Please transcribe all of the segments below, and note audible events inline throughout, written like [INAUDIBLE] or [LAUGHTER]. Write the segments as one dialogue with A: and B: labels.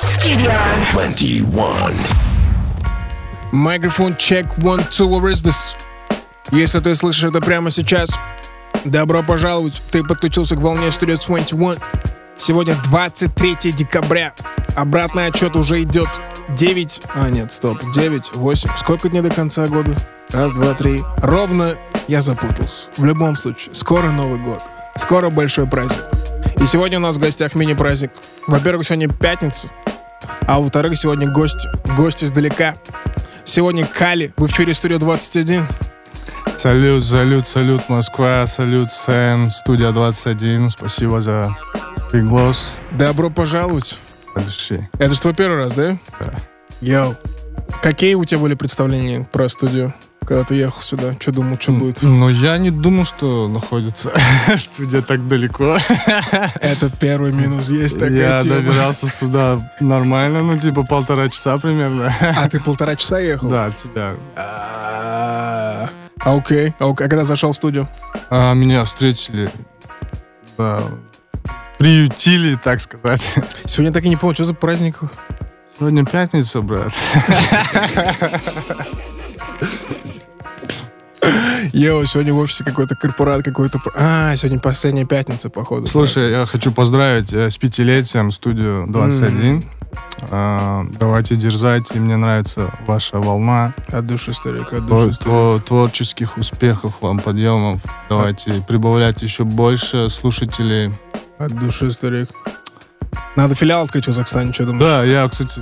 A: Studio.
B: 21.
C: Microphone check one two where is this? Если ты слышишь это прямо сейчас, добро пожаловать. Ты подключился к волне Studio 21. Сегодня 23 декабря. Обратный отчет уже идет. 9, а нет, стоп, 9, 8. Сколько дней до конца года? Раз, два, три. Ровно я запутался. В любом случае, скоро Новый год. Скоро большой праздник. И сегодня у нас в гостях мини-праздник. Во-первых, сегодня пятница, а во-вторых, сегодня гость, гость издалека. Сегодня Кали в эфире Studio 21.
D: Салют, салют, салют, Москва, салют, Сэн, студия 21. Спасибо за приглас.
C: Добро пожаловать.
D: Подожди.
C: Это же твой первый раз, да?
D: Да.
C: Йоу. Какие у тебя были представления про студию, когда ты ехал сюда? Что думал, что [LAUGHS] будет?
D: Но Ну, я не думал, что находится [LAUGHS] студия так далеко.
C: Это первый минус, есть такая
D: я
C: тема.
D: добирался сюда нормально, ну типа полтора часа примерно. [LAUGHS]
C: А ты полтора часа ехал?
D: да, от себя.
C: А, Окей, а когда зашел в студию?
D: А, меня встретили, да, приютили, так сказать. [LAUGHS]
C: Сегодня так и не понял, что за праздник?
D: Сегодня пятница, брат.
C: Йоу, сегодня в офисе какой-то корпорат, какой-то... пр- А, сегодня последняя пятница, походу.
D: Слушай, я хочу поздравить э, с пятилетием студию 21. А, Давайте дерзайте, мне нравится ваша волна.
C: От души, старик, от
D: Твор-
C: души, старик.
D: твор- Творческих успехов вам, подъемов. Давайте прибавлять еще больше слушателей.
C: От души, старик. Надо филиал открыть в Казахстане, что думаешь?
D: Да, я, кстати,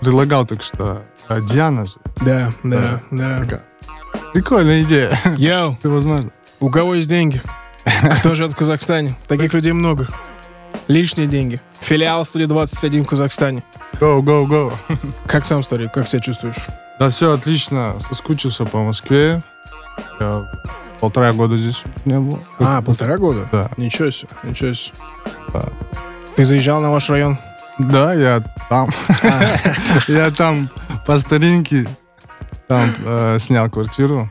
D: предлагал так что а, Диана же.
C: Да, да, да.
D: Прикольная идея. [LAUGHS]
C: Йоу,
D: Это возможно.
C: у кого есть деньги? Кто живет в Казахстане? Таких людей много. Лишние деньги. Филиал студии 21 в Казахстане.
D: Go, go, go.
C: Как сам, старик, как себя чувствуешь?
D: Да, все отлично. Соскучился по Москве. Я полтора года здесь не был.
C: А, полтора года?
D: Да.
C: Ничего себе, ничего себе.
D: Да.
C: Ты заезжал на ваш [LAUGHS] район?
D: Да, я там.
C: А,
D: Я там по старинке там э, снял квартиру,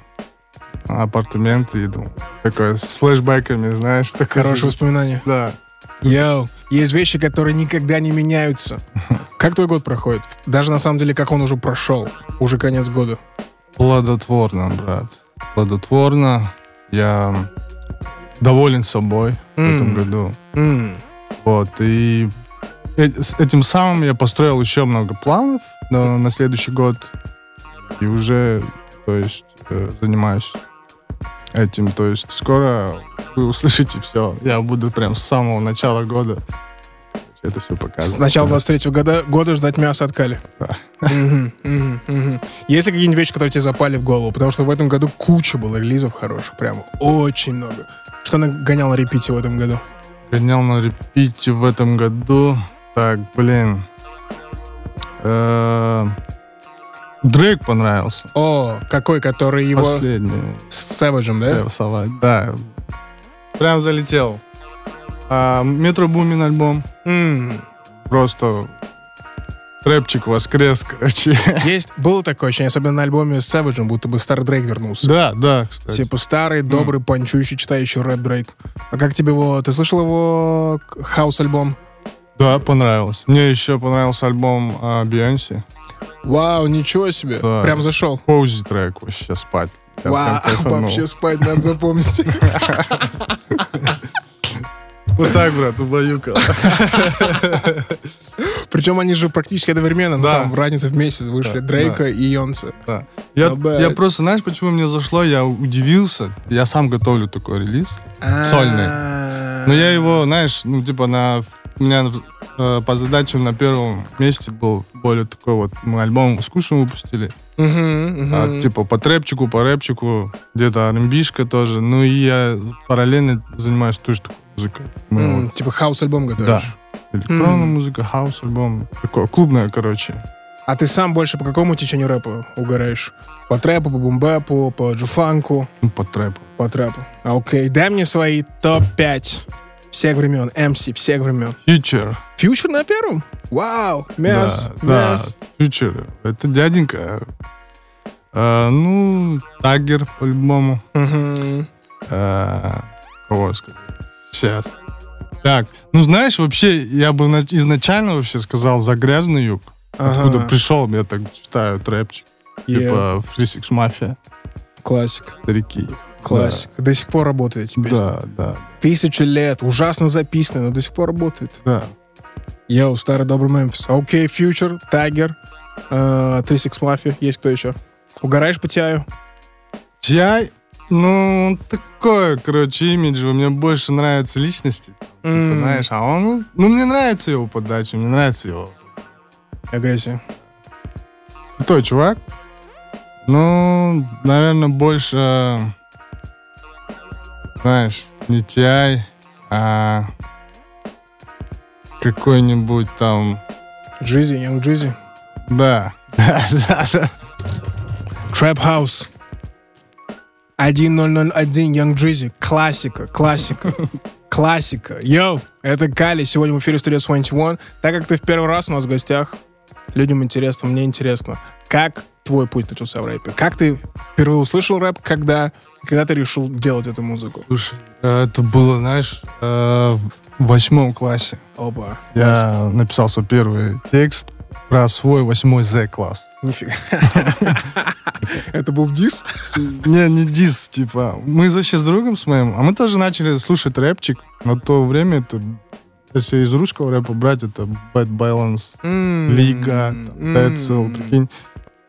D: апартамент и думал. Такое с флешбеками, знаешь, такое.
C: Хорошие воспоминания.
D: Да.
C: Йоу, есть вещи, которые никогда не меняются. Как твой год проходит? Даже на самом деле, как он уже прошел. Уже конец года.
D: Плодотворно, брат. Плодотворно. Я доволен собой в этом
C: М.
D: году.
C: М,
D: Вот. И э- с этим самым я построил еще много планов на, на следующий год. И уже, то есть, э, занимаюсь этим. То есть, скоро вы услышите все. Я буду прям с самого начала года это все показывать.
C: С начала 23 года, года ждать мяса от Кали.
D: Да.
C: Мгм, мгм, мгм. Есть ли какие-нибудь вещи, которые тебе запали в голову? Потому что в этом году куча было релизов хороших. Прям очень много. Что нагонял на репите в этом году?
D: Гонял на репите в этом году. Так, блин. Э, Дрейк понравился.
C: О, какой, который его
D: Последний.
C: с Savage, да?
D: Э, Салат, да. Прям залетел. А, Метро Бумин альбом.
C: М,
D: Просто трэпчик воскрес, короче.
C: Есть, было такое ощущение, особенно на альбоме с Savage, будто бы Стар Дрейк вернулся.
D: [LAUGHS] Да, да, кстати.
C: Типа старый, добрый, панчущий, читающий рэп Дрейк. А как тебе его... Ты слышал его к- хаус-альбом?
D: Да, понравилось. Мне еще понравился альбом а, Бейонсе.
C: Вау, ничего себе.
D: Да.
C: Прям зашел.
D: Коузи трек вообще спать. Я
C: Вау,
D: прям кайфанул.
C: [LAUGHS] вообще спать надо запомнить. [LAUGHS]
D: Вот так, брат, убаюкал.
C: Причем они же практически одновременно, ну,
D: Да.
C: там разница в месяц вышли.
D: Да,
C: Дрейка
D: да.
C: и Йонса.
D: Да. Я,
C: Not bad.
D: я просто, знаешь, почему мне зашло? Я удивился. Я сам готовлю такой релиз. Сольный.
C: А.
D: Но я его, знаешь, ну, типа, на... У меня э, по задачам на первом месте был более такой вот... Мы альбом с Кушем выпустили.
C: Мгм,
D: А,
C: мгм.
D: типа, по трэпчику, по рэпчику, где-то армбишка тоже. Ну, и я параллельно занимаюсь той же такой музыкой. Мы
C: М,
D: вот-
C: Типа хаус-альбом
D: да.
C: готовишь.
D: Электронная
C: М.
D: музыка, хаус-альбом. Такое клубное, короче.
C: А ты сам больше по какому течению рэпа угораешь? По трэпу, по бумбэпу, по джуфанку,
D: Ну, по трэпу.
C: по трэпу. Окей, дай мне свои топ-5 всех времен, MC всех времен.
D: Фьючер.
C: Фьючер на первом? Вау, мяс,
D: да,
C: мяс.
D: да. Фьючер. Это дяденька. Э, ну, Таггер, по-любому.
C: Мгм.
D: Э, кого сказать? Сейчас. Так, ну знаешь, вообще, я бы на- изначально вообще сказал за грязный юг. Откуда
C: Ага,
D: пришел, я так читаю, трэпчик.
C: е,
D: Типа Free Six Mafia,
C: Классик,
D: старики.
C: классик. До сих пор работает эти песни.
D: Да, да,
C: Тысячу лет, ужасно записано, но до сих пор работает.
D: да.
C: Йоу, старый добрый Мемфис. Окей, Фьючер, Тайгер, э, Три Сикс Мафия, есть кто еще? Угораешь по Тиаю?
D: Чай, ну, он такой, короче, имидж. Мне больше нравятся личности,
C: М,
D: знаешь. А он, ну, мне нравится его подача, мне нравится его.
C: Агрессия.
D: Крутой чувак. Ну, наверное, больше, э, знаешь, не TI, а какой-нибудь там,
C: Джизи, Янг Джизи.
D: да, [LAUGHS] да, да, да.
C: Трэп Хаус. 1001 Young Джизи. Классика, классика, классика. Йоу, это Кали. Сегодня в эфире Studio 21. Так как ты в первый раз у нас в гостях, людям интересно, мне интересно, как твой путь начался в рэпе? Как ты впервые услышал рэп, когда, когда ты решил делать эту музыку?
D: Слушай, э, это было, знаешь, э, в восьмом классе.
C: Опа.
D: Я написал свой первый текст про свой восьмой З-класс.
C: Нифига. Это был дис?
D: [LAUGHS] Не, не дис, типа. Мы вообще с другом с моим, а мы тоже начали слушать рэпчик. На то время это, если из русского рэпа брать, это Bad Balance, Лига, там, Dead Cell, прикинь.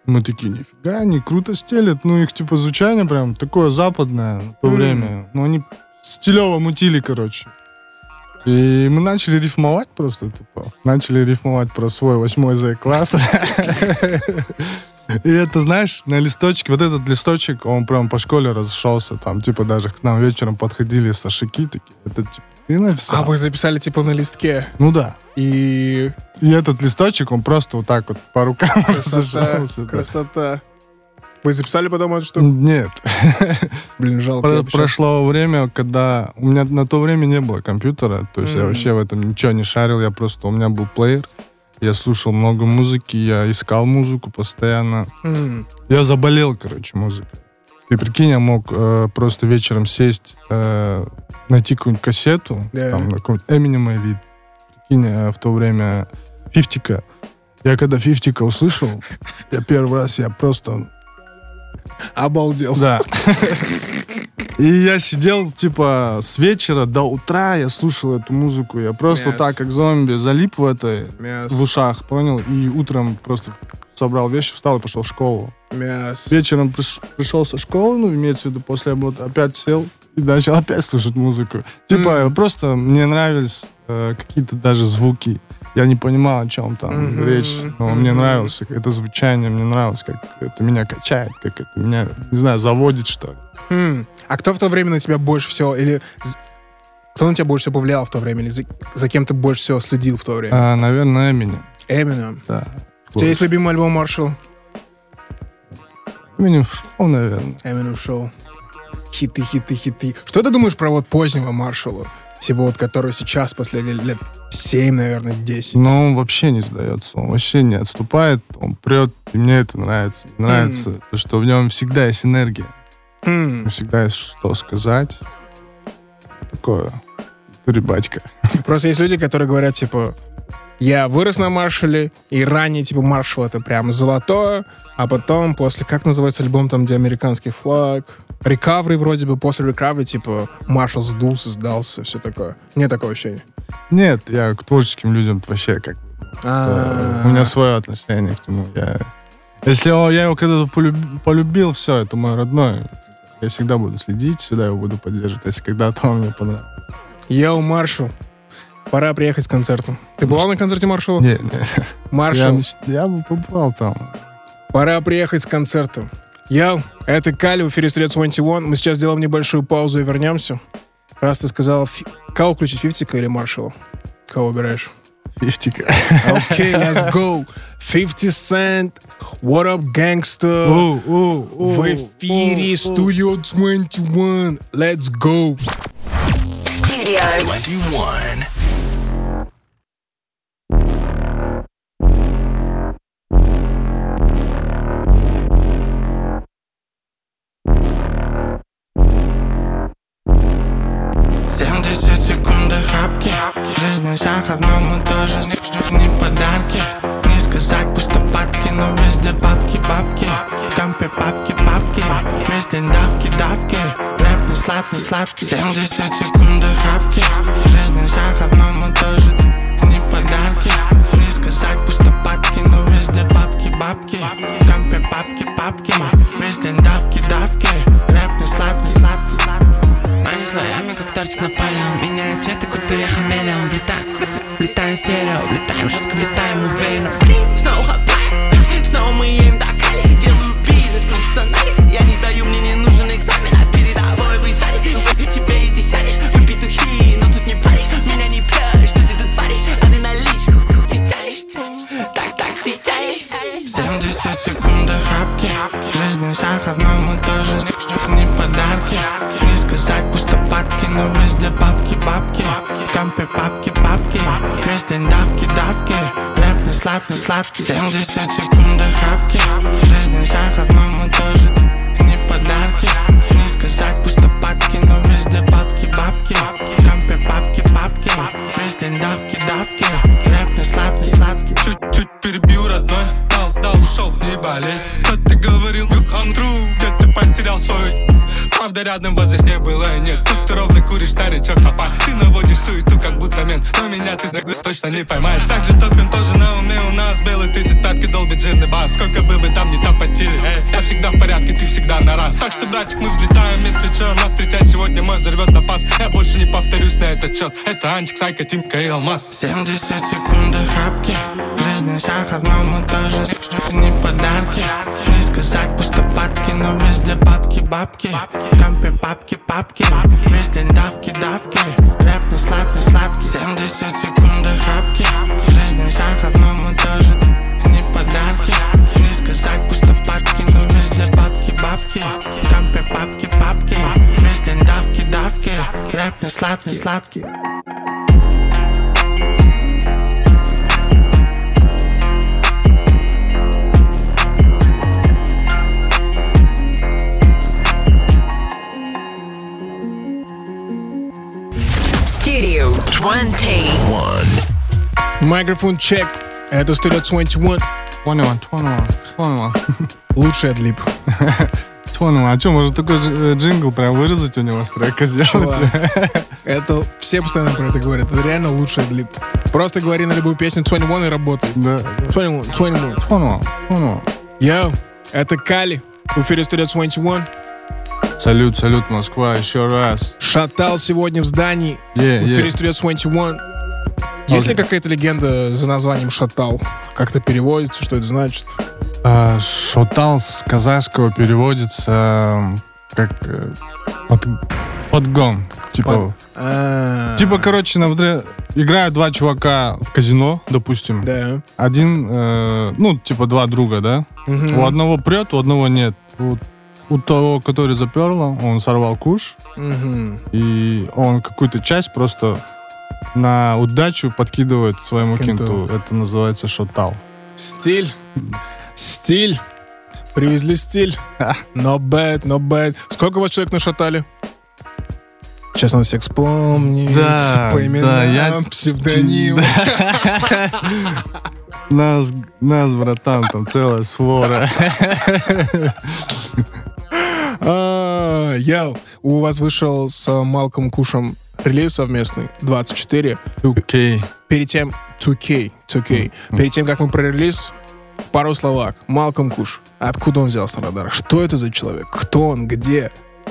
D: Мы такие, нифига, они круто стелят. Ну, их, типа, звучание прям такое западное в то
C: М.
D: время. Ну, они стилево мутили, короче. И мы начали рифмовать просто, тупо. Начали рифмовать про свой восьмой З-класс. И это, знаешь, на листочке, вот этот листочек, он прям по школе разошелся. Там, типа, даже к нам вечером подходили старшики такие. Это, типа, ты написал?
C: А вы записали типа на листке.
D: Ну да.
C: И
D: И этот листочек, он просто вот так вот по рукам [LAUGHS]
C: красота,
D: разошелся. да.
C: красота. Вы записали потом эту штуку?
D: Нет.
C: Блин, жалко. я
D: Про-
C: бы щас-
D: Прошло время, когда у меня на то время не было компьютера, то есть я
C: Мгм.
D: вообще в этом ничего не шарил, я просто у меня был плеер, я слушал много музыки, я искал музыку постоянно,
C: М,
D: я заболел, короче, музыкой. Ты прикинь, я мог э, просто вечером сесть, э, найти какую-нибудь кассету,
C: Да.
D: там, на какого-нибудь Эминема или, прикинь, э, в то время Фифтика. Я когда Фифтика услышал, я первый раз, я просто
C: Обалдел.
D: да. И я сидел, типа, с вечера до утра, я слушал эту музыку, я просто
C: Yes.
D: так, как зомби, залип в это,
C: Мяс.
D: в ушах, понял? И утром просто собрал вещи, встал и пошел в школу.
C: Мяс.
D: Вечером приш- пришел со школы, ну, имеется в виду, после работы опять сел и начал опять слушать музыку. Типа, просто мне нравились э, какие-то даже звуки. Я не понимал, о чем там
C: Мгм,
D: речь, но мне
C: мгм.
D: нравилось это звучание, мне нравилось, как это меня качает, как это меня, не знаю, заводит, что ли.
C: М, А кто в то время на тебя больше всего или з- кто на тебя больше всего повлиял в то время или за, за кем ты больше всего следил в то время?
D: А, наверное, Эминем,
C: Эминем.
D: да.
C: У тебя есть любимый альбом Маршал?
D: Эминем в шоу, наверное.
C: Eminem Show. Хиты, хиты, хиты. Что ты думаешь про вот позднего Маршалла? Типа вот, который сейчас последние лет 7, наверное, 10.
D: Но он вообще не сдается, он вообще не отступает, он прет, и мне это нравится. Мне нравится, то, что в нем всегда есть энергия.
C: М,
D: Ну, всегда есть что сказать. Такое рыбачка.
C: Просто есть люди, которые говорят, типа, я вырос на Маршале, и ранее, типа, Маршал это прям золотое, а потом после, как называется альбом там, где американский флаг, Recovery вроде бы, после Recovery, типа, Маршал сдулся, сдался, все такое. Нет такого ощущения.
D: Нет, я к творческим людям вообще как бы,
C: А.
D: э, У меня свое отношение к нему. Я, если он- я его когда-то полюб- полюбил, все, это мой родной. Я всегда буду следить, всегда его буду поддерживать, если когда-то он мне понравится.
C: Йоу, Маршал, пора приехать к концерту. Ты была на концерте Маршала?
D: Не, не, я,
C: Маршал.
D: меч- я бы побывал там.
C: Пора приехать с концертом. Я, это Кали, в эфире Studio 21. Мы сейчас сделаем небольшую паузу и вернемся. Раз ты сказал, фи- кого включить, Фифтика или Маршала? Кого выбираешь?
D: Фифтика.
C: Окей, let's go. 50 Cent, What Up Gangsta.
D: Оу, оу, оу,
C: В эфире
D: оу, оу.
C: Studio 21. Let's go.
A: Studio
B: 21.
E: Семьдесят секунд до хапки
B: Бабки, бабки, вместе давки, давки Рэп не сладкий, сладкий 70 секунд до хапки Жизнь шаг одному тоже Не подарки Низко шаг, пустопадки Но везде бабки, бабки В компе бабки, бабки Везде давки, давки Рэп не сладкий, сладкий Они слоями, как тортик на полям Меняют цвет, такой перехамелем Влетаем, в красоту, влетаем в стерео Влетаем, жестко влетаем, уверенно Снова хапаем, снова мы им докали Делаю бизнес, профессионалик Я не сдаю, мне не нужен экзамен А передовой вы сзади Тебе и здесь сядешь, выпей духи Но тут не паришь, меня не прешь Что ты тут творишь, а ты наличку Ты тянешь, так, так ты тянешь 70 секунд до хапки Жизнь на шаг одному тоже Ждешь не подарки Не сказать пустопадки Но везде бабки, бабки В компе бабки, бабки Везде давки, давки Рэп не сладкий, сладкий 70 секунд до хапки Жизнь на шаг одному тоже Не подарки Не сказать пустопадки Но везде бабки, бабки В компе бабки, бабки Везде давки, давки Рэп не сладкий, сладкий
E: Чуть-чуть перебью, родной Дал, дал, ушел, не болей Что ты говорил, юг Андрю Где ты потерял свою Правда рядом вас здесь не было и нет Тут ты ровно куришь старичок, папа Ты наводишь суету, как будто мент Но меня ты за гусь точно не поймаешь Так же топим тоже на уме у нас Белый 30 пятки долбит жирный бас Сколько бы вы там не топотили эй, Я всегда в порядке, ты всегда на раз Так что, братик, мы взлетаем, если чё Нас встречать сегодня мой взорвет на пас Я больше не повторюсь на этот счет Это Анчик, Сайка, Тимка и Алмаз
B: 70 секунд до хапки Жизнь на шаг одному тоже Ждешь не подарки Не сказать пустопадки Но везде бабки, бабки В компе бабки, бабки Везде давки, давки Рэп не сладкий, сладкий 70 секунд до хапки Жизнь на шаг одному тоже Не подарки Не сказать пустопадки Но везде бабки, бабки В компе бабки, бабки Везде давки, давки Рэп не сладкий, сладкий
A: Studio 21.
C: Микрофон чек. Это Studio 21.
D: 21, 21, 21.
C: Лучший отлип.
D: 21. А что, может такой дж- э, джингл прям вырезать у него с трека сделать?
C: [LAUGHS] Это все постоянно про это говорят. Это реально лучший отлип. Просто говори на любую песню 21 и работает.
D: [LAUGHS] Да. да.
C: 21, 21.
D: 21, 21.
C: Йоу, это Кали. В эфире Studio 21.
D: Салют, салют, Москва, еще раз.
C: Шатал сегодня в здании.
D: Е,
C: В эфире
D: е.
C: Studio 21. Есть ли
D: Окей.
C: какая-то легенда за названием Шатал? Как-то переводится, что это значит?
D: А, Шотал с казахского переводится э, как э, под- подгон. Типа,
C: А,
D: типа короче, на вот- играют два чувака в казино, допустим.
C: Да.
D: Один, э, ну, типа два друга, да? У одного прет, у одного нет. У, у того, который заперло, он сорвал куш,
C: Мгм.
D: и он какую-то часть просто на удачу подкидывает своему
C: Кенту.
D: кинту. Это называется шотал.
C: Стиль. Стиль.
D: [LAUGHS]
C: Привезли стиль. No bad, no bad. Сколько вас человек нашатали? Сейчас надо всех вспомнить.
D: Да,
C: по
D: да,
C: именам,
D: я- [LAUGHS]
C: псевдонимам.
D: Нас, нас, братан, там целая свора.
C: А, Яу, у вас вышел с э, Малком Кушем релиз совместный, 24.
D: Окей.
C: Перед тем, 2K, 2K. Перед тем, как мы про релиз, в пару словах. Малком Куш, откуда он взялся на радарах? Что это за человек? Кто он? Где?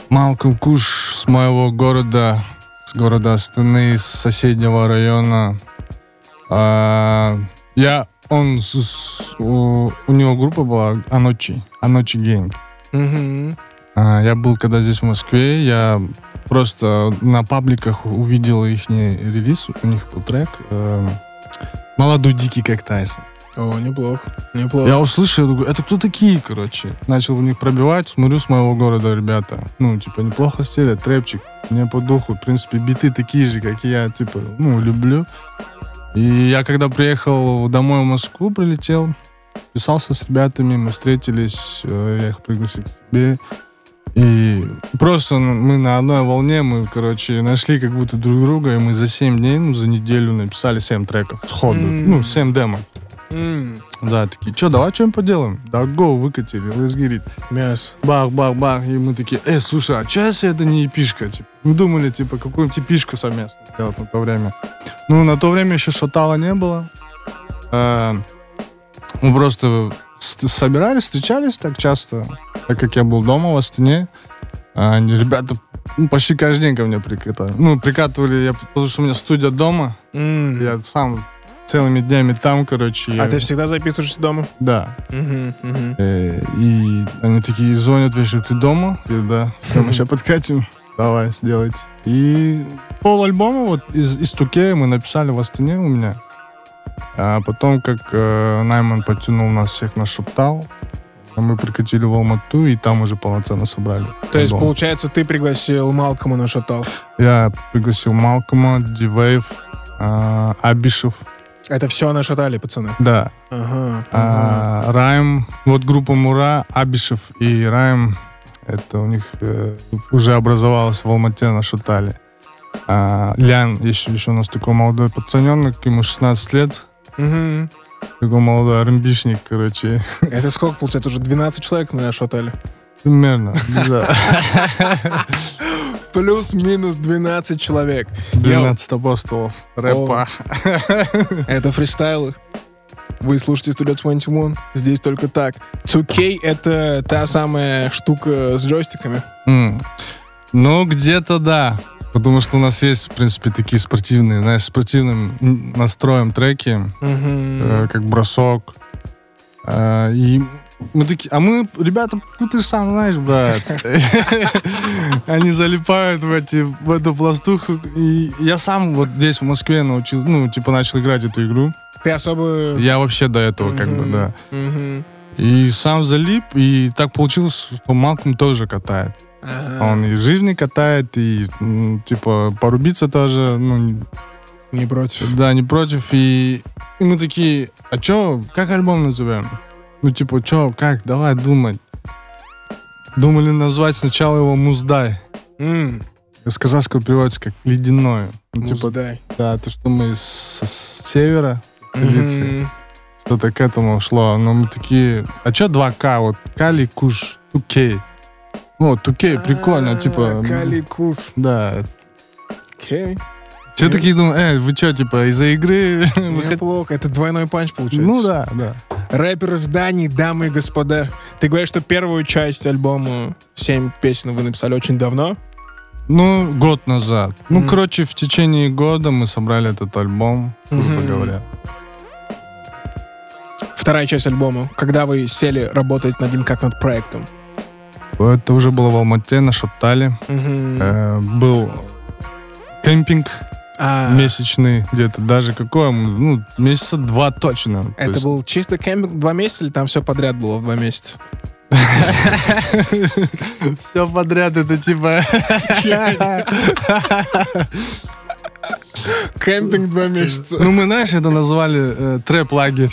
D: Малком Куш с моего города, с города Астаны, с соседнего района. А, я, он, с- с- у, у него группа была Аночи, Аночи Гейнг.
C: Мгм.
D: А, Я был когда здесь в Москве, я просто на пабликах увидел их релиз, у них был трек эм, «Молодой дикий как Тайсон».
C: О, неплохо, неплохо.
D: Я услышал, я думаю, это кто такие, короче? Начал в них пробивать, смотрю, с моего города ребята. Ну, типа, неплохо стилят, трэпчик, мне по духу. В принципе, биты такие же, как и я, типа, ну, люблю. И я когда приехал домой в Москву, прилетел, писался с ребятами, мы встретились, э, я их пригласил к себе. И просто ну, мы на одной волне, мы, короче, нашли как будто друг друга, и мы за 7 дней, ну, за неделю написали 7 треков сходу,
C: М.
D: ну, 7 демок.
C: М,
D: Да, такие, что, давай что-нибудь поделаем? Да, го, выкатили, лезгирит.
C: Мясо.
D: Бах, бах, бах. И мы такие, э, слушай, а чё если это не епишка? Типа, мы думали, типа, какую-нибудь епишку совместно делать на то время. Ну, на то время еще шатала не было. Э, Мы просто с- собирались, встречались так часто, так как я был дома в Астане. А они, ребята ну, почти каждый день ко мне прикатывали. Ну, прикатывали, я, потому что у меня студия дома.
C: М.
D: Я сам целыми днями там, короче. я-
C: А ты всегда записываешься дома?
D: Да.
C: Мгм, мгм.
D: Э, И они такие звонят, вечером, ты дома? Я, да. «Да, мы сейчас подкатим. Давай, сделайте. И пол альбома вот из, из Туке мы написали в Астане у меня. А потом, как э, Найман потянул нас всех на Шептал, мы прикатили в Алмату и там уже полноценно собрали.
C: То есть,
D: альбом.
C: получается, ты пригласил Малкома на шатал.
D: Я пригласил Малкома, Дивейв, э, Абишев,
C: Это все на шатале, пацаны.
D: да,
C: Ага. ага.
D: А, Райм, вот группа Мура, Абишев и Райм, это у них э, уже образовалась в Алмате на Шатале. А, Лян, еще, еще у нас такой молодой пацаненок, ему 16 лет,
C: Мгм.
D: такой молодой армбишник, короче, [LAUGHS]
C: Это сколько, получается, уже 12 человек на шатале?
D: примерно, да,
C: Плюс-минус 12 человек.
D: 12 апостолов рэпа.
C: Это фристайлы. Вы слушаете Studio 21. Здесь только так. 2K — это та самая штука с джойстиками.
D: М. Ну, где-то да. Потому что у нас есть, в принципе, такие спортивные, знаешь, с спортивным м, настроем треки.
C: Мгм.
D: э, как бросок. Э, И мы такие, а мы, ребята, ну ты же сам знаешь, брат. [LAUGHS] Они залипают в, эти, в эту пластуху. И я сам вот здесь, в Москве, научил, ну, типа, начал играть эту игру.
C: Ты особо...
D: Я вообще до этого, как бы,
C: Мгм.
D: да.
C: Мгм.
D: И сам залип, и так получилось, что Малком тоже катает.
C: Ага.
D: Он и в жизни катает, и, м, типа, порубиться тоже, ну,
C: Не против.
D: Да, не против. И, и мы такие, а чё, как альбом назовем? Ну, типа, чё, как, давай думать. Думали назвать сначала его «Муздай».
C: М.
D: С казахского переводится как «ледяное». Ну, типа,
C: Муздай.
D: да, то, что мы с, с севера, столицы,
C: Мгм.
D: что-то к этому шло. Но мы такие, а чё 2К, вот Кали, Куш, Тукей. Ну, вот, Тукей, прикольно,
C: А,
D: типа...
C: Каликуш.
D: Да.
C: Окей.
D: Все такие думают, э, вы чё, типа, из-за игры? [LAUGHS] Вы хот-
C: Неплохо. Это двойной панч получается.
D: Ну да, да.
C: Рэпер Жданий, дамы и господа. Ты говоришь, что первую часть альбома «Семь песен» вы написали очень давно.
D: Ну, год назад. Ну,
C: Мгм.
D: короче, в течение года мы собрали этот альбом, грубо
C: Мгм.
D: говоря.
C: Вторая часть альбома. Когда вы сели работать над ним как над проектом.
D: Это уже было в Алмате, на Шаптале.
C: Мгм.
D: Э, был кемпинг
C: А,
D: месячный где-то. Даже какой, ну, месяца два точно. То
C: Это
D: есть
C: был чисто кемпинг два месяца или там все подряд было в два месяца?
D: Все подряд, это типа...
C: Кемпинг два месяца.
D: Ну, мы, знаешь, это назвали э, трэп-лагерь.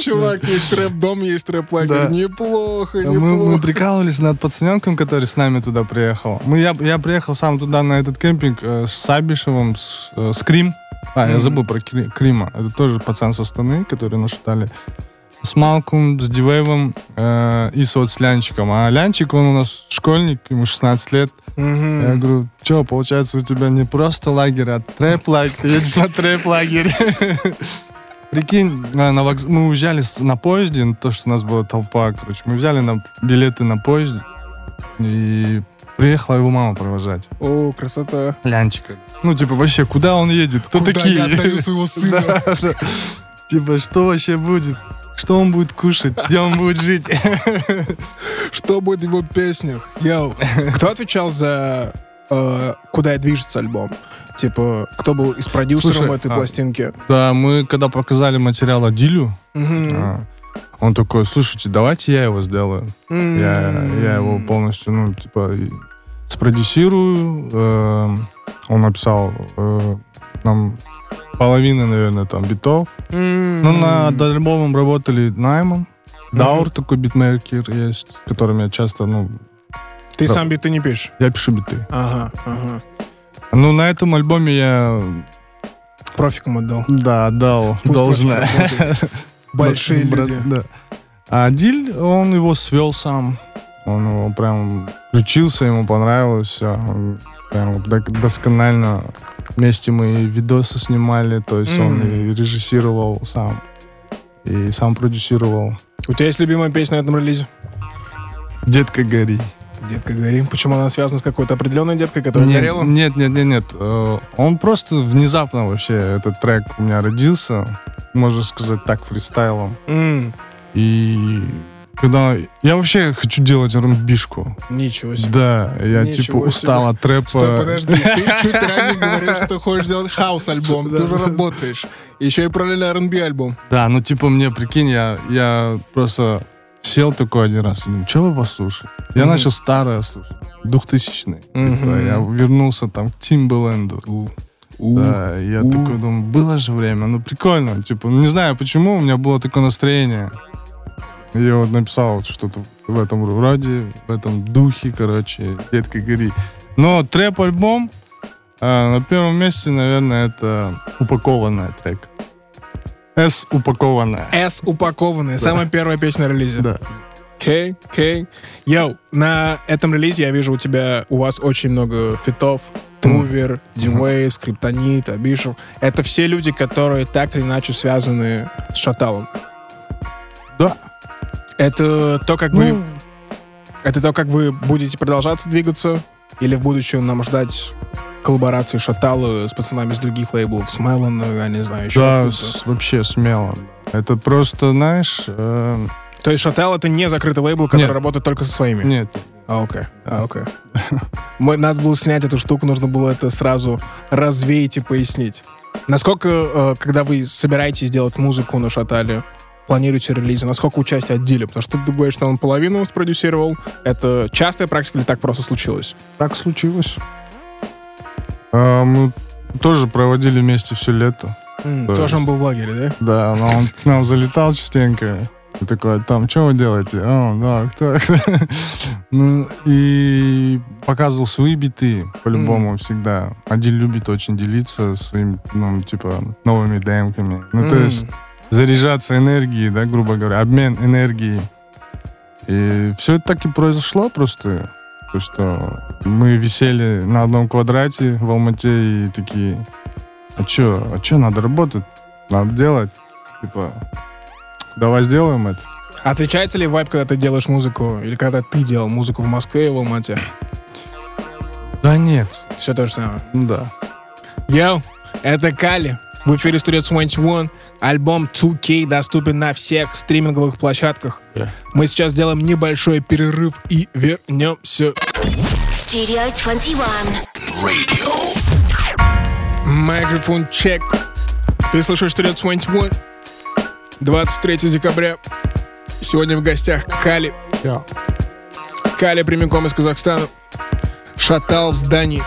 C: Чувак, есть трэп-дом, есть
D: Да.
C: трэп-лагерь. Неплохо,
D: Мы, мы
C: неплохо.
D: прикалывались над пацаненком, который с нами туда приехал. Мы, я, я приехал сам туда, на этот кемпинг, э, с Сабишевым, с, э, с Крим. А, я
C: Мгм.
D: забыл про Кри- Крима. Это тоже пацан со Станы, который нас шатали. С Малком, с Дивейвом э, и с, вот с Лянчиком. А Лянчик, он у нас школьник, ему 16 лет.
C: Мгм.
D: Я говорю, что, получается, у тебя не просто лагерь, а трэп-лагерь. Ты едешь на трэп-лагерь. Прикинь, а, на вокз- мы уезжали с- на поезде, ну, то, что у нас была толпа, короче. Мы взяли на билеты на поезд, и приехала его мама провожать.
C: О, красота.
D: Лянчика. Ну, типа, вообще, куда он едет? Кто
C: Куда
D: такие? [LAUGHS]
C: я отдаю [LAUGHS] своего сына?
D: Да, да. Типа, что вообще будет? Что он будет кушать? Где он будет жить? [LAUGHS]
C: Что будет в его песнях? Йоу. Кто отвечал за э, «Куда и движется» альбом? Типа, кто был из продюсером
D: Слушай,
C: этой
D: а-
C: пластинки?
D: Да, мы когда показали материал Адилю,
C: Мгм.
D: а, он такой, слушайте, давайте я его сделаю. Я, я его полностью, ну, типа, и спродюсирую. Э, он написал э, нам половины, наверное, там, битов.
C: М.
D: Ну, над альбомом работали Найман. Даур такой битмейкер есть, с которым я часто, ну,
C: Ты сам биты не пишешь?
D: я пишу биты.
C: Ага, ага.
D: Ну, на этом альбоме я
C: профикам отдал.
D: Да, дал,
C: Пусть
D: должна.
C: профики [LAUGHS] работают. Большие
D: Брат-
C: люди.
D: да. А Диль, он его свел сам. Он его прям включился, ему понравилось все. Он прям вот док- досконально. Вместе мы и видосы снимали, то есть он
C: Мгм.
D: и режиссировал сам. И сам продюсировал.
C: У тебя есть любимая песня на этом релизе?
D: Детка гори.
C: Детка гори. Почему она связана с какой-то определенной деткой, которая
D: нет,
C: горела?
D: Нет, нет, нет, нет. Э, Он просто внезапно вообще этот трек у меня родился. Можно сказать так, фристайлом.
C: М,
D: И когда... Я вообще хочу делать румбишку.
C: Ничего себе.
D: Да, я
C: Ничего
D: типа устал
C: себе.
D: от трэпа.
C: Стой, подожди, ты чуть ранее говорил, что ты хочешь сделать хаус-альбом, ты уже работаешь. Еще и параллельно R&B альбом.
D: Да, ну типа мне, прикинь, я, я просто сел такой один раз, ну что вы послушали? Я
C: Мгм.
D: начал старое слушать, двухтысячные.
C: Мгм.
D: Типа, я вернулся там к Тимбаленду. Да, я
C: у.
D: такой думаю, было же время, ну прикольно. Типа, не знаю почему, у меня было такое настроение. Я вот написал вот что-то в этом роде, в этом духе, короче, детка гори. Но трэп-альбом э, на первом месте, наверное, это упакованная трек. С упакованная.
C: С упакованная, самая первая песня на релизе.
D: Да.
C: Кей, кей. Йоу, на этом релизе я вижу у тебя, у вас очень много фитов. Трувер, Дивей, Скриптонит, Абишев. Это все люди, которые так или иначе связаны с Шаталом.
D: Да.
C: Это то, как вы... Это то, как вы будете продолжаться двигаться? Или в будущем нам ждать коллаборации Шатала с пацанами с других лейблов? С Мелон, я не знаю, еще
D: Да,
C: откуда-то.
D: с- вообще смело. Это просто, знаешь, э,
C: То есть Шатал — это не закрытый лейбл, который
D: Нет.
C: работает только со своими?
D: нет,
C: А, окей. А, окей. Мы, надо было снять эту штуку, нужно было это сразу развеять и пояснить. Насколько, э, когда вы собираетесь делать музыку на Шатале, планируете релизы, насколько участие от Диля? Потому что ты говоришь, что он половину спродюсировал. Это частая практика или так просто случилось?
D: Так случилось. А, мы тоже проводили вместе все лето.
C: М,
D: Да.
C: Тоже он был в лагере, да?
D: Да, но он к нам залетал частенько. И такой, там, что вы делаете? А, да, кто? [LAUGHS] Ну, и показывал свои биты, по-любому, всегда. Один любит очень делиться своими, ну, типа, новыми демками. Ну, то
C: М.
D: есть заряжаться энергией, да, грубо говоря, обмен энергией. И все это так и произошло просто. То, что мы висели на одном квадрате в Алмате и такие, а чё, а чё, надо работать, надо делать. Типа, давай сделаем это.
C: Отличается ли вайб, когда ты делаешь музыку, или когда ты делал музыку в Москве и в Алмате?
D: Да нет.
C: Все то же самое.
D: Ну да.
C: Йоу, это Кали. В эфире Studio 21. Альбом 2K доступен на всех стриминговых площадках. Мы сейчас сделаем небольшой перерыв и вернемся.
F: Studio 21.
C: Микрофон чек. Ты слышишь Studio 21? 23 декабря. Сегодня в гостях Кали. Кали прямиком из Казахстана. Шатал в здании.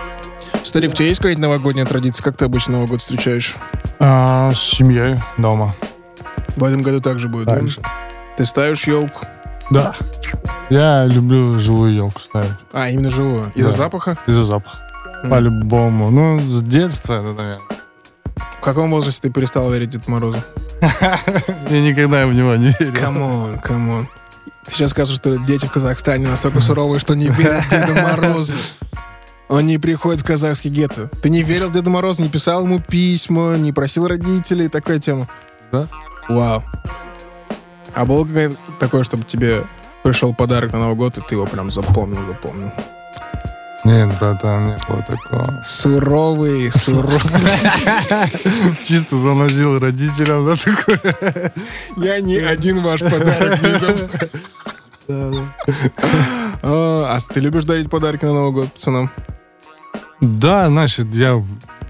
C: Старик, у тебя есть какая-то новогодняя традиция? Как ты обычно Новый год встречаешь?
D: А, с семьей дома.
C: В этом году также будет. да?
D: Так же.
C: Ты ставишь елку?
D: Да. Я люблю живую елку ставить.
C: А, именно живую. Из-за
D: Да.
C: запаха?
D: Из-за запаха.
C: М.
D: По-любому. Ну, с детства, это, наверное.
C: В каком возрасте ты перестал верить Дед Морозу?
D: Я никогда в него не верил.
C: Камон, камон. Ты сейчас скажешь, что дети в Казахстане настолько суровые, что не верят Деду Морозу. Он не приходит в казахский гетто. Ты не верил в Деда Мороза, не писал ему письма, не просил родителей, такая тема.
D: Да.
C: Вау. А было какое-то такое, чтобы тебе пришел подарок на Новый год, и ты его прям запомнил, запомнил.
D: Нет, братан, не было такого.
C: Суровый, суровый.
D: Чисто занозил родителям, да, такой.
C: Я ни один ваш подарок не запомнил. А а ты любишь дарить подарки на Новый год пацанам?
D: Да, значит, я,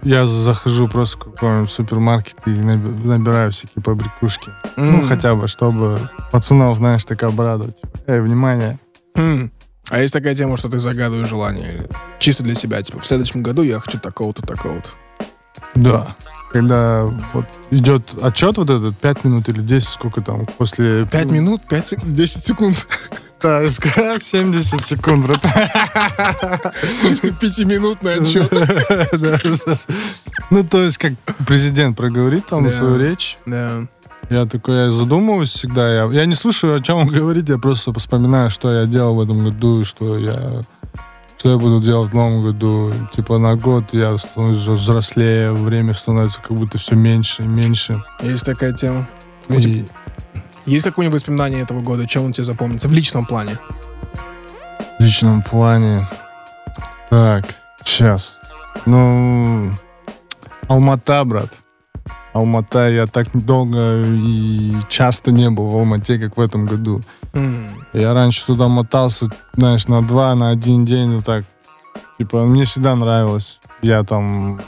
D: я захожу просто в какой-нибудь супермаркет и наби- набираю всякие побрякушки. Ну,
C: М.
D: хотя бы, чтобы пацанов, знаешь, так обрадовать. Типа, Эй, внимание.
C: М. А есть такая тема, что ты загадываешь желание? Или чисто для себя, типа, в следующем году я хочу такого-то, такого-то.
D: Да. Когда вот идет отчет вот этот, 5 минут или 10, сколько там, после...
C: Хм. Пять минут, пять, сек- десять секунд.
D: Да, искра [LAUGHS] 70 секунд, [LAUGHS] братан.
C: [LAUGHS] Чисто пятиминутный отчет.
D: Ну, то есть, как президент проговорит там
C: Да.
D: свою речь.
C: Да.
D: Я такой, я задумываюсь всегда. Я, я не слушаю, о чем он [LAUGHS] говорит, я просто вспоминаю, что я делал в этом году, и что я что я буду делать в новом году. Типа на год я становлюсь взрослее, время становится как будто все меньше и меньше.
C: Есть такая тема.
D: И-
C: У тебя Есть какое-нибудь воспоминание этого года? Чем он тебе запомнится? В личном плане.
D: В личном плане. Так, сейчас. Ну, Алмата, брат. Алмата, я так долго и часто не был в Алмате, как в этом году.
C: М,
D: Я раньше туда мотался, знаешь, на два, на один день, вот так. Типа, мне всегда нравилось. Я там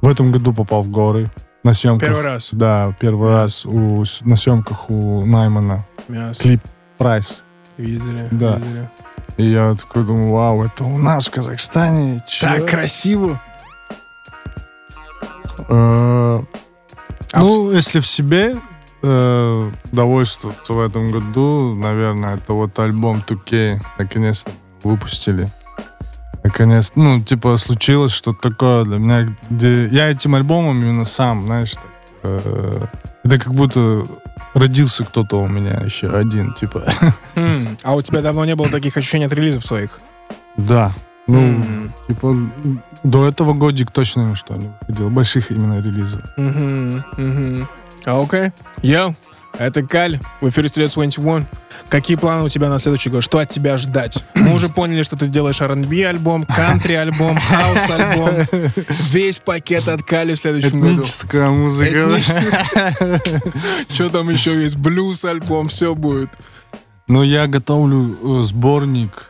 D: в этом году попал в горы на съемках.
C: Первый раз.
D: Да, первый раз у, на съемках у Наймана.
C: Мясо.
D: Клип Прайс.
C: Видели.
D: Да.
C: видели.
D: И я такой думаю, вау, это у нас в Казахстане. чё?»
C: Так красиво.
D: Э,
C: А
D: ну, если в себе э, довольствоваться в этом году, наверное, это вот альбом 2K наконец-то выпустили. Наконец, ну, типа, случилось что-то такое для меня, где я этим альбомом именно сам, знаешь, так, э, это как будто родился кто-то у меня еще один, типа. [LAUGHS]
C: М, А у тебя давно не было таких ощущений от релизов своих? Хм.
D: Да. Ну,
C: М,
D: Типа, до этого годик точно ничто не выходил. Больших именно релизов.
C: мгм, мгм. А, Окей. Йоу, это Каль, в эфире Стрелец 21. Какие планы у тебя на следующий год? Что от тебя [CLEARS THROAT] ждать? Мы уже поняли, что ты делаешь R&B альбом, кантри [CLEARS THROAT] альбом, хаус альбом. Весь пакет от Кали в следующем году.
D: Этническая музыка.
C: Что там еще есть? Блюз альбом, все будет.
D: Но Ну, я готовлю э, сборник.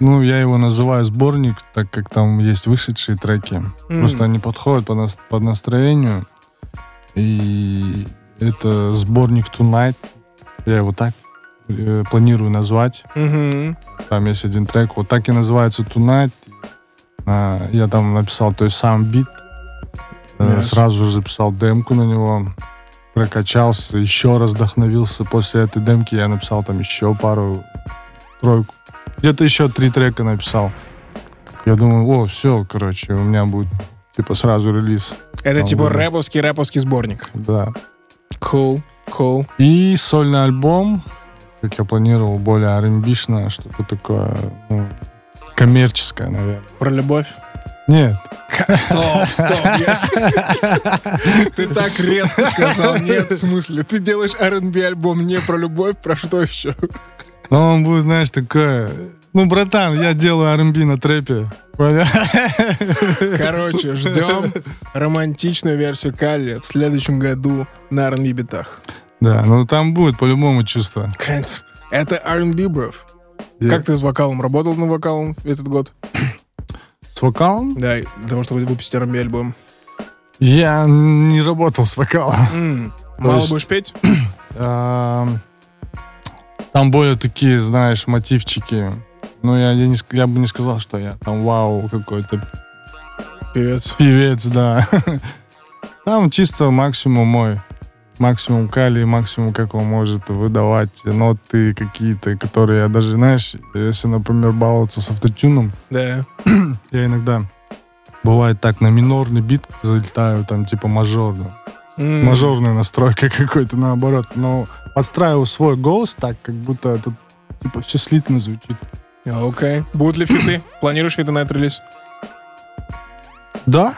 D: Ну, я его называю сборник, так как там есть вышедшие треки.
C: М.
D: Просто они подходят под, нас- под настроению. И это сборник Tonight. Я его так э, планирую назвать.
C: Мгм.
D: Там есть один трек, вот так и называется Tonight. А, Я там написал, то есть сам бит. Э,
C: Yes.
D: Сразу же записал демку на него. Прокачался, еще раз вдохновился. После этой демки я написал там еще пару, тройку. Где-то еще три трека написал. Я думаю, о, все, короче, у меня будет типа сразу релиз.
C: Это
D: А,
C: типа
D: ладно.
C: рэповский рэповский сборник.
D: Да.
C: Cool, cool.
D: И сольный альбом, как я планировал, более R&B-шное, что-то такое ну, коммерческое, наверное.
C: Про любовь.
D: Нет,
C: Стоп, стоп. я- Ты так резко сказал. Нет, в смысле. Ты делаешь R&B альбом не про любовь, про что еще?
D: Но А он будет, знаешь, такое... Ну, братан, я делаю R&B на трэпе. Понял?
C: Короче, ждем романтичную версию Калли в следующем году на R&B битах.
D: [LAUGHS] Да, ну там будет по-любому чувство.
C: Кайф. Это R&B, бров. Как ты с вокалом? Работал на вокалом этот год?
D: С вокалом?
C: Да, для того, чтобы выпустить R&B альбом.
D: Я не работал с [LAUGHS] вокалом.
C: М, Мало
D: есть-
C: будешь петь?
D: Эм, Там более такие, знаешь, мотивчики. Ну, я, я, не ск- я бы не сказал, что я там вау какой-то
C: Певец.
D: певец, да. [LAUGHS] Там чисто максимум мой. Максимум калий, максимум, как он может выдавать ноты какие-то, которые я даже, знаешь, если, например, баловаться с автотюном,
C: Да.
D: я иногда бывает так, на минорный бит залетаю, там, типа, мажорный.
C: М.
D: Мажорная настройка [LAUGHS] какой-то, наоборот. Но подстраиваю свой голос так, как будто это, типа, все слитно звучит.
C: А, Окей. Будут ли фиты? Планируешь фиты на этот релиз?
D: Да.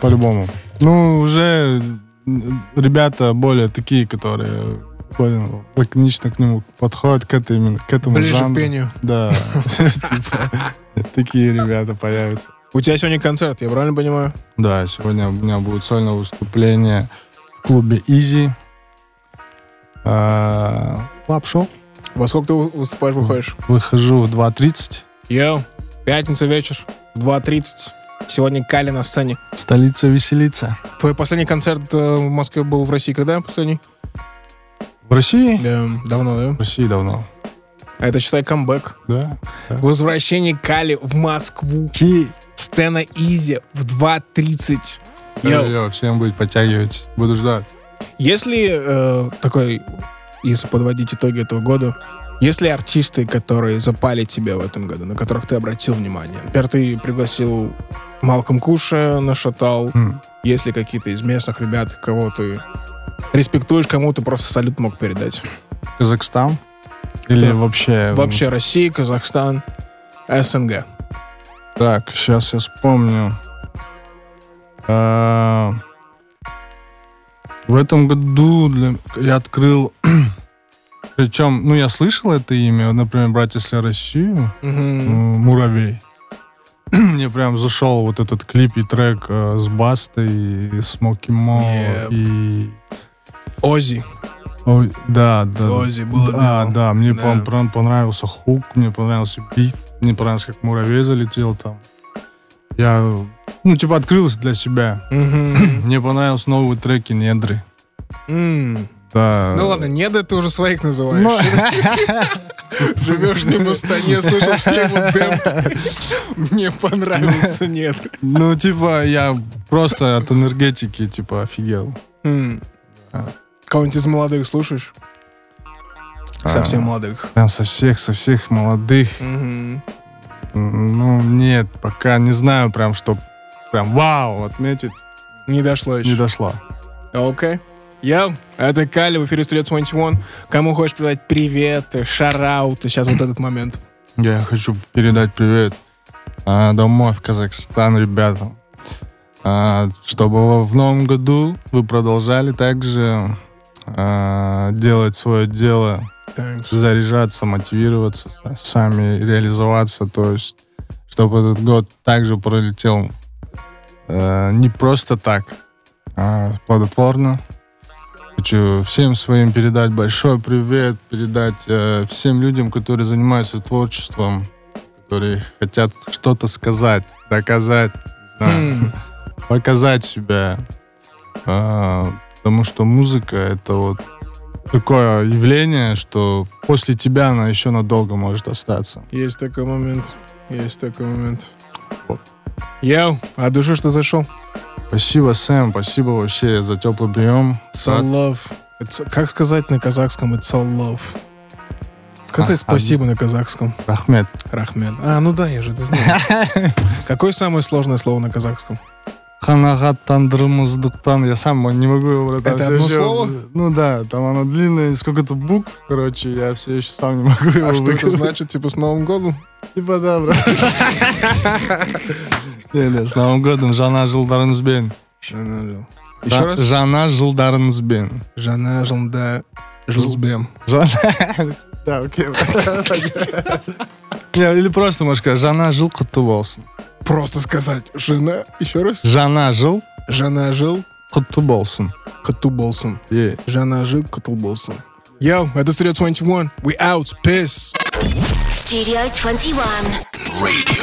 D: По-любому. Ну, уже м, ребята более такие, которые более лаконично к нему подходят, к, этой, именно- к этому
C: Ближе
D: жанру.
C: к пению.
D: Да. [LAUGHS] Типа, Такие ребята появятся.
C: У тебя сегодня концерт, я правильно понимаю?
D: Да, сегодня у меня будет сольное выступление в клубе Изи. А, Клаб-шоу.
C: Во сколько ты выступаешь, выходишь?
D: Выхожу в 2.30.
C: Йоу, пятница вечер, 2.30. Сегодня Кали на сцене.
D: Столица веселится.
C: Твой последний концерт э, в Москве был в России когда последний?
D: В России?
C: Да, давно,
D: В России давно.
C: да? А Это, считай, камбэк.
D: Да.
C: Возвращение Кали в Москву. Сцена Изи в 2.30. Йоу.
D: Йо, всем будет подтягивать. Буду ждать.
C: Если э, такой, если подводить итоги этого года, Есть ли артисты, которые запали тебе в этом году, на которых ты обратил внимание? Например, ты пригласил Малком Куша на шатал.
D: М.
C: Есть ли какие-то из местных ребят, кого ты респектуешь, кому ты просто салют мог передать?
D: Казахстан? Или
C: Да.
D: вообще...
C: Вообще Россия, Казахстан, СНГ.
D: Так, сейчас я вспомню. А, В этом году для- я открыл... [CLEARS THROAT] Причем, ну, я слышал это имя, вот, например, «Братья Ля Россию», э,
C: Мгм.
D: «Муравей». [CLEARS THROAT] Мне прям зашел вот этот клип и трек э, с Бастой, и Смоки Мо,
C: Yep.
D: и...
C: Ози.
D: Ой, да, да.
C: Ози было
D: Да,
C: дело.
D: да, мне
C: Да.
D: прям- прям понравился хук, мне понравился бит, мне понравилось, как муравей залетел там. Я, ну, типа, открылся для себя.
C: Мгм.
D: Мне понравился новый треки «Недры».
C: М.
D: Да.
C: Ну ладно, не да ты уже своих
D: Ну,
C: называешь. Живешь не в Астане, слышал все его демпы. [LAUGHS] Мне понравился, нет.
D: [LAUGHS] ну, типа, я просто от энергетики, типа, офигел.
C: М. Кого-нибудь из молодых слушаешь?
D: А.
C: Совсем молодых.
D: Прям со всех, со всех молодых.
C: Мгм.
D: М, Ну, нет, пока не знаю прям, что прям вау отметить.
C: Не дошло
D: Не
C: еще.
D: дошло.
C: Окей. Я, это Кали, в эфире Studio 21. Кому хочешь передать привет, шараут, сейчас вот этот момент.
D: Я хочу передать привет а, домой в Казахстан ребятам. А, чтобы в новом году вы продолжали также а, делать свое дело, заряжаться, мотивироваться, с- сами реализоваться. То есть, чтобы этот год также пролетел э, не просто так, а плодотворно. Хочу всем своим передать большой привет, передать э, всем людям, которые занимаются творчеством, которые хотят что-то сказать, доказать, не знаю,
C: М.
D: показать себя. А, потому что музыка это вот такое явление, что после тебя она еще надолго может остаться.
C: Есть такой момент. Есть такой момент.
D: Вот.
C: Яу, а души что зашел?
D: Спасибо, Сэм, спасибо вообще за теплый прием.
C: It's all love. It's- как сказать на казахском it's all love? Как сказать
D: А,
C: спасибо на казахском?
D: Рахмет.
C: Рахмен. А, ну да, я же это знаю.
D: [LAUGHS]
C: Какое самое сложное слово на казахском?
D: Ханагаттандырмуздыктан. Я сам не могу его братан,
C: Это
D: всё
C: одно
D: ещё-
C: слово?
D: Ну да, там оно длинное, сколько-то букв, короче, я все еще сам не могу его
C: А что это
D: выговорить.
C: значит, типа, с Новым годом?
D: [LAUGHS] Типа да, брат. [LAUGHS] Не-не, С Новым годом, Жана Жылдарынсбен.
C: Еще раз?
D: Жана Жылдарынсбен.
C: Жана Жылда Жылсбем.
D: Жан... Да, окей. Не, [LAUGHS] Или просто можешь сказать, Жана жил құтты
C: [LAUGHS] Просто сказать. Жена, еще раз.
D: Жана жыл
C: Жана Жил
D: құтты болсын.
C: Катуболсон.
D: Е.
C: Жана Жил Катуболсон. Yo, это Studio 21. We out. Peace.
F: Studio 21.
A: Radio.